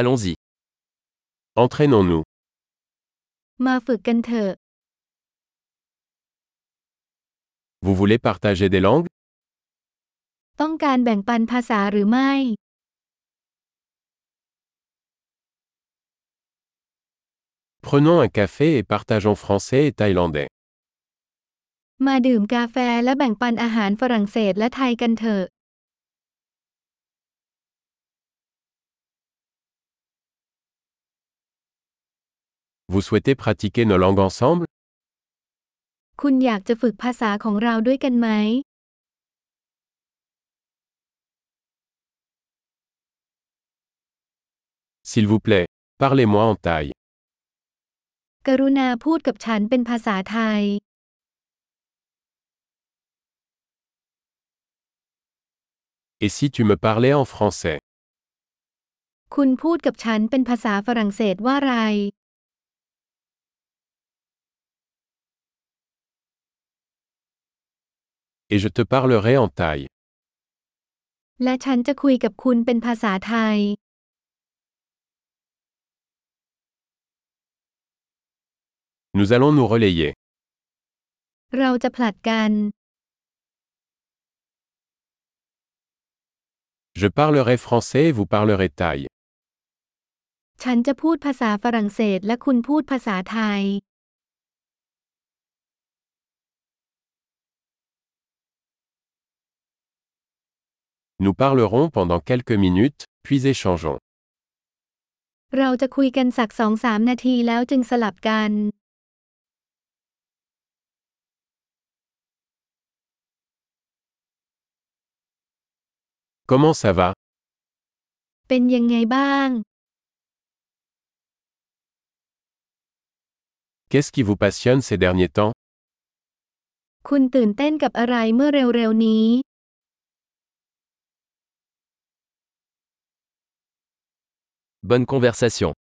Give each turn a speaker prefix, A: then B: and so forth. A: Allons-y. Entraînons-nous.
B: มาฝึกกันเถอะ
A: Vous voulez partager des langues
B: ต้องการแบ่งปันภาษาหรือไม่
A: Prenons un café et partageons français et thaïlandais.
B: มาดื่มกาแฟและแบ่งปันอาหารฝรั่งเศสและไทยกันเถอะ
A: Vous souhaitez pratiquer nos langues ensemble
B: คุณอยากจะฝึกภาษาของเราด้วยกันไหม
A: S'il vous plaît, parlez-moi en thaï.
B: กรุณาพูดกับฉันเป็นภาษาไทย
A: Et si tu me parlais en français
B: คุณพูดกับฉันเป็นภาษาฝรั่งเศสว่าไร
A: Et je te parlerai en thaï.
B: และฉันจะคุยกับคุณเป็นภาษาไทย
A: Nous allons nous relayer.
B: เราจะผลัดกัน
A: Je parlerai français et vous parlerez thaï.
B: ฉันจะพูดภาษาฝรั่งเศสและคุณพูดภาษาไทย
A: Nous parlerons pendant quelques minutes, puis échangeons.
B: เราจะคุยกันสักสองสามนาทีแล้วจึงสลับกัน
A: Comment ça va
B: เป็นยังไงบ้าง
A: Qu'est-ce qui vous passionne ces derniers temps
B: คุณตื่นเต้นกับอะไรเมื่อเร็วๆนี้
C: Bonne conversation.